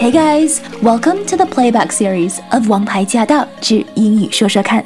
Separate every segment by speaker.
Speaker 1: Hey guys, welcome to the playback series of《王牌驾到之英语说说看》.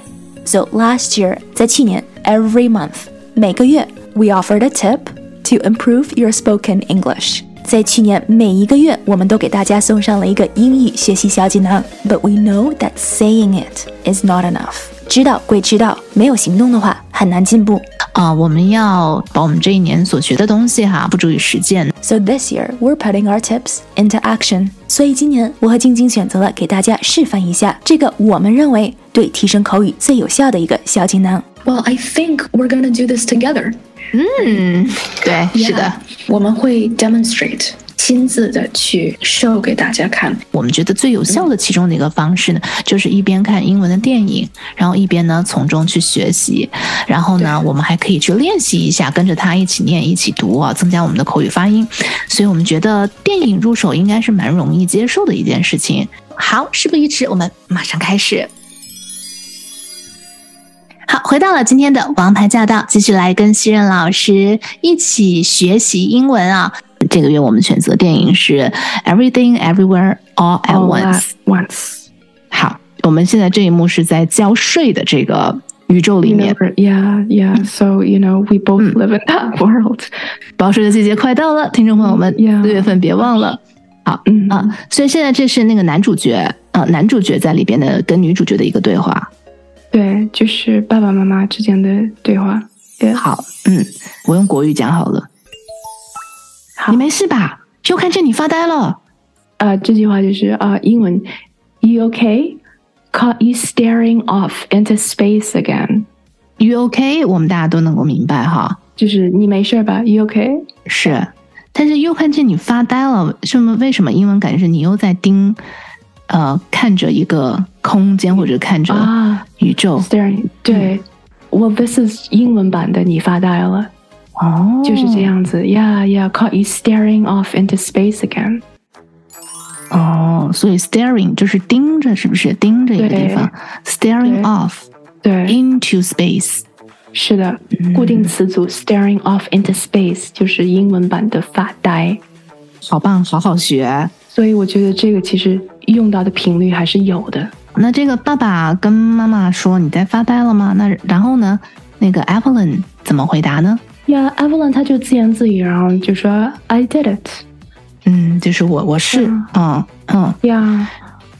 Speaker 1: So last year, 在去年，every month 每个月，we offered a tip to improve your spoken English. 在去年每一个月，我们都给大家送上了一个英语学习小锦囊。But we know that saying it is not enough. 知道归知道，没有行动的话，很难进步。
Speaker 2: 啊、我们要把我们这一年所学的东西哈，付诸于实践。
Speaker 1: So this year, we're putting our tips into action. 所以今年我和晶晶选择了给大家示范一下这个我们认为对提升口语最有效的一个小锦囊。
Speaker 3: Well, I think we're gonna do this together.
Speaker 2: 对，是的，
Speaker 3: 我们会 demonstrate 亲自的去 show 给大家看。
Speaker 2: 我们觉得最有效的其中的一个方式呢，就是一边看英文的电影，然后一边呢从中去学习，然后呢，我们还可以去练习一下，跟着他一起念、一起读啊，增加我们的口语发音。所以我们觉得电影入手应该是蛮容易接受的一件事情。好，事不宜迟，我们马上开始。好，回到了今天的王牌驾到，继续来跟西任老师一起学习英文啊。这个月我们选择电影是《Everything Everywhere All at
Speaker 3: All
Speaker 2: Once》。
Speaker 3: at once.
Speaker 2: 好，我们现在这一幕是在交税的这个宇宙里
Speaker 3: You
Speaker 2: 面，
Speaker 3: never, Mm. yeah, yeah. So, you know, we both live in that world.
Speaker 2: 报税的季节快到了，听众朋友们，
Speaker 3: Yeah
Speaker 2: 六月份别忘了
Speaker 3: 嗯
Speaker 2: 啊！所以现在这是那个男主角啊、呃男主角在里边的跟女主角的一个对话。
Speaker 3: 对，就是爸爸妈妈之间的对话。对，
Speaker 2: 好，嗯，我用国语讲好了。
Speaker 3: 好
Speaker 2: 你没事吧？又看见你发呆了。
Speaker 3: 呃，这句话就是啊、呃英文，You okay? Caught you staring off into space again，
Speaker 2: You OK？我们大家都能够明白哈。
Speaker 3: 就是你没事吧？You okay？
Speaker 2: 是，但是又看见你发呆了，什么？为什么英文感觉是你又在盯，呃，看着一个空间或者看着
Speaker 3: 啊
Speaker 2: 宇宙？
Speaker 3: ，staring，对。Well, this is 英文版的你发呆了，
Speaker 2: 哦，
Speaker 3: 就是这。样子。Yeah, yeah, caught you staring off into space again.
Speaker 2: 哦，所以 staring 就是盯着，是不是盯着一个地方？staring
Speaker 3: 对
Speaker 2: off
Speaker 3: 对，
Speaker 2: into space。
Speaker 3: 是的，固定词组 staring off into space 就是英文版的发呆。
Speaker 2: 好棒，好好学。
Speaker 3: 所以我觉得这个其实用到的频率还是有的。
Speaker 2: 那这个爸爸跟妈妈说你在发呆了吗？那然后呢？那个 Evelyn 怎么回答呢？
Speaker 3: 呀、e v e l y n 她就自言自语，然后就说 I did it。
Speaker 2: 嗯，就是我，我是，
Speaker 3: 嗯
Speaker 2: 嗯嗯。
Speaker 3: 呀、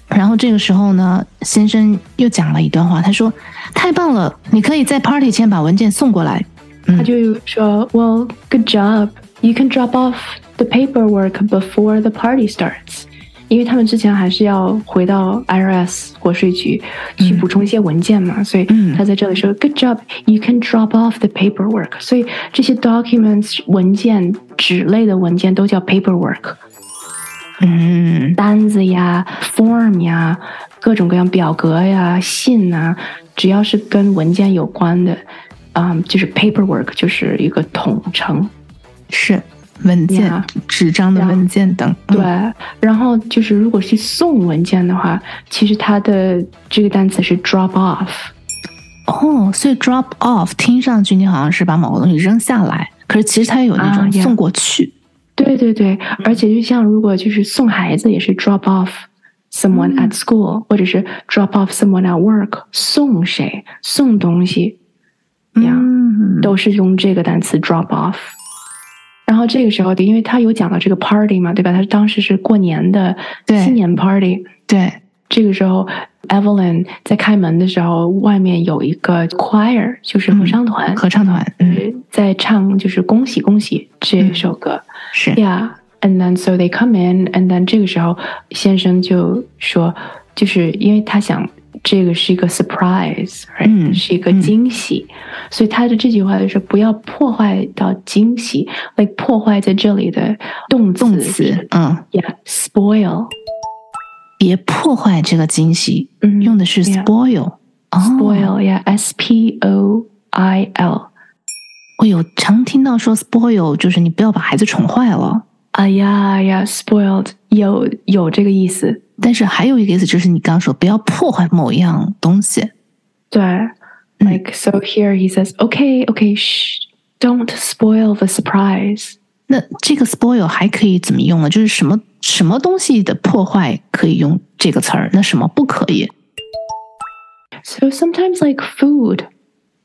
Speaker 2: 然后这个时候呢，先生又讲了一段话，他说：“太棒了，你可以在 party 前把文件送过来。
Speaker 3: 她就说 Well, good job. You can drop off the paperwork before the party starts. 因为他们之前还是要回到 IRS 国税局去补充一些文件嘛，所以
Speaker 2: 嗯
Speaker 3: 他在这里说、Good job. You can drop off the paperwork. 所以这些 documents 文件纸类的文件都叫 paperwork。”
Speaker 2: 嗯，
Speaker 3: 单子呀、form 呀、各种各样表格呀、信呐、只要是跟文件有关的，嗯，就是 paperwork，就是一个统称。
Speaker 2: 是文件
Speaker 3: Yeah
Speaker 2: 纸张的
Speaker 3: Yeah
Speaker 2: 文件等。嗯
Speaker 3: 对，然后就是如果是送文件的话，其实它的这个单词是 drop off。
Speaker 2: 哦，所以 drop off 听上去你好像是把某个东西扔下来，可是其实它有那
Speaker 3: 啊
Speaker 2: 种
Speaker 3: ，yeah
Speaker 2: 送过去。
Speaker 3: 对对对，而且就像如果就是送孩子也是 drop off someone at school，、或者是 drop off someone at work，送谁送东西，呀、
Speaker 2: 嗯，
Speaker 3: 都是用这个单词 drop off。然后这个时候的，因为他有讲到这个 party 嘛，对吧？他当时是过年的
Speaker 2: 对
Speaker 3: 新年 party。
Speaker 2: 对，
Speaker 3: 这个时候，Evelyn 在开门的时候，外面有一个 choir，就是合唱团，
Speaker 2: 嗯合唱团。嗯，
Speaker 3: 对在唱就是《恭喜恭喜》这首歌。
Speaker 2: 是。
Speaker 3: Yeah，and then so they come in，and then 这个时候先生就说，就是因为他想这个是一个 surprise，、right?
Speaker 2: 嗯
Speaker 3: 是一个
Speaker 2: 嗯
Speaker 3: 惊喜，所以他的这句话就是不要破坏到惊喜，like 破坏在这里的动词
Speaker 2: 动词，嗯，
Speaker 3: ，yeah，spoil，
Speaker 2: 别破坏这个惊喜，
Speaker 3: 嗯
Speaker 2: 用的是
Speaker 3: yeah
Speaker 2: spoil。哦
Speaker 3: spoil，yeah，s p o i l，
Speaker 2: 我有常听到说 spoil，就是你不要把孩子宠坏了。
Speaker 3: 哎呀呀，spoiled 有有这个意思，
Speaker 2: 但是还有一个意思就是你刚说不要破坏某一样东西。
Speaker 3: 对，like so here he says, okay, okay, shh, don't spoil the surprise.
Speaker 2: 那这个 spoil 还可以怎么用呢？就是什么什么东西的破坏可以用这个词儿，那什么不可以？
Speaker 3: So sometimes like food,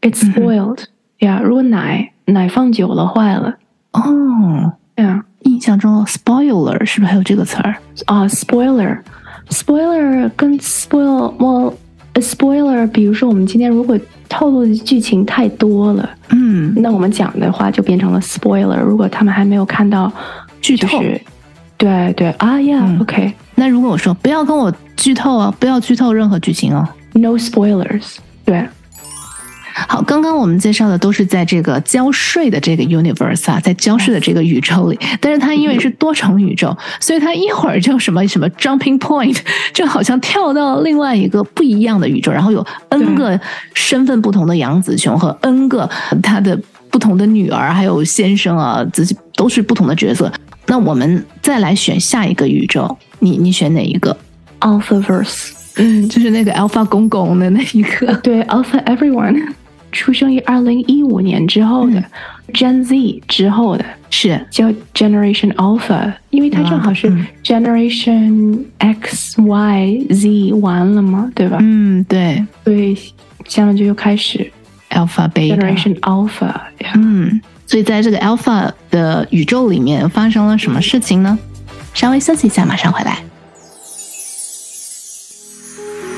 Speaker 3: it's
Speaker 2: Mhm.
Speaker 3: spoiled. Yeah, 如果奶奶放久了坏了。
Speaker 2: 哦，
Speaker 3: Yeah.
Speaker 2: 印象中 spoiler 是不是还有这个词儿？
Speaker 3: 啊、s p o i l e r spoiler 跟 spoil well a spoiler，比如说我们今天如果透露的剧情太多了，
Speaker 2: 嗯，
Speaker 3: 那我们讲的话就变成了 spoiler。如果他们还没有看到，
Speaker 2: 剧
Speaker 3: 就
Speaker 2: 透。
Speaker 3: 是 Mm. 对对啊
Speaker 2: 嗯
Speaker 3: ，Yeah，OK，No、
Speaker 2: 那如果我说不要跟我剧透啊，不要剧透任何剧情哦。
Speaker 3: spoilers，对
Speaker 2: 好，刚刚我们介绍的都是在这个交税的这个 universe 啊，在交税的这个宇宙里，但是它因为是多重宇宙，所以它一会儿就什么什么 jumping point，就 好像跳到另外一个不一样的宇宙，然后有 n 个身份不同的杨紫琼和 n 个她的不同的女儿还有先生啊，自己都是不同的角色。那我们再来选下一个宇宙，你你选哪一个？
Speaker 3: ，Alphaverse，
Speaker 2: 嗯，就是那个 Alpha 公公的那一个。
Speaker 3: 对 Alpha Everyone，出 生于二零一五年之后
Speaker 2: 嗯
Speaker 3: 的、Gen Z 之后的，
Speaker 2: 是，
Speaker 3: 叫 Generation Alpha，因为它正好是
Speaker 2: 嗯
Speaker 3: Generation X、Y、Z 完了嘛，对吧？
Speaker 2: 嗯，对
Speaker 3: 所以下面就又开始
Speaker 2: ，Alpha Beta，
Speaker 3: Generation Alpha。Yeah.
Speaker 2: 嗯，所以在这个 Alpha 的宇宙里面发生了什么事情呢？稍微休息一下，马上回来。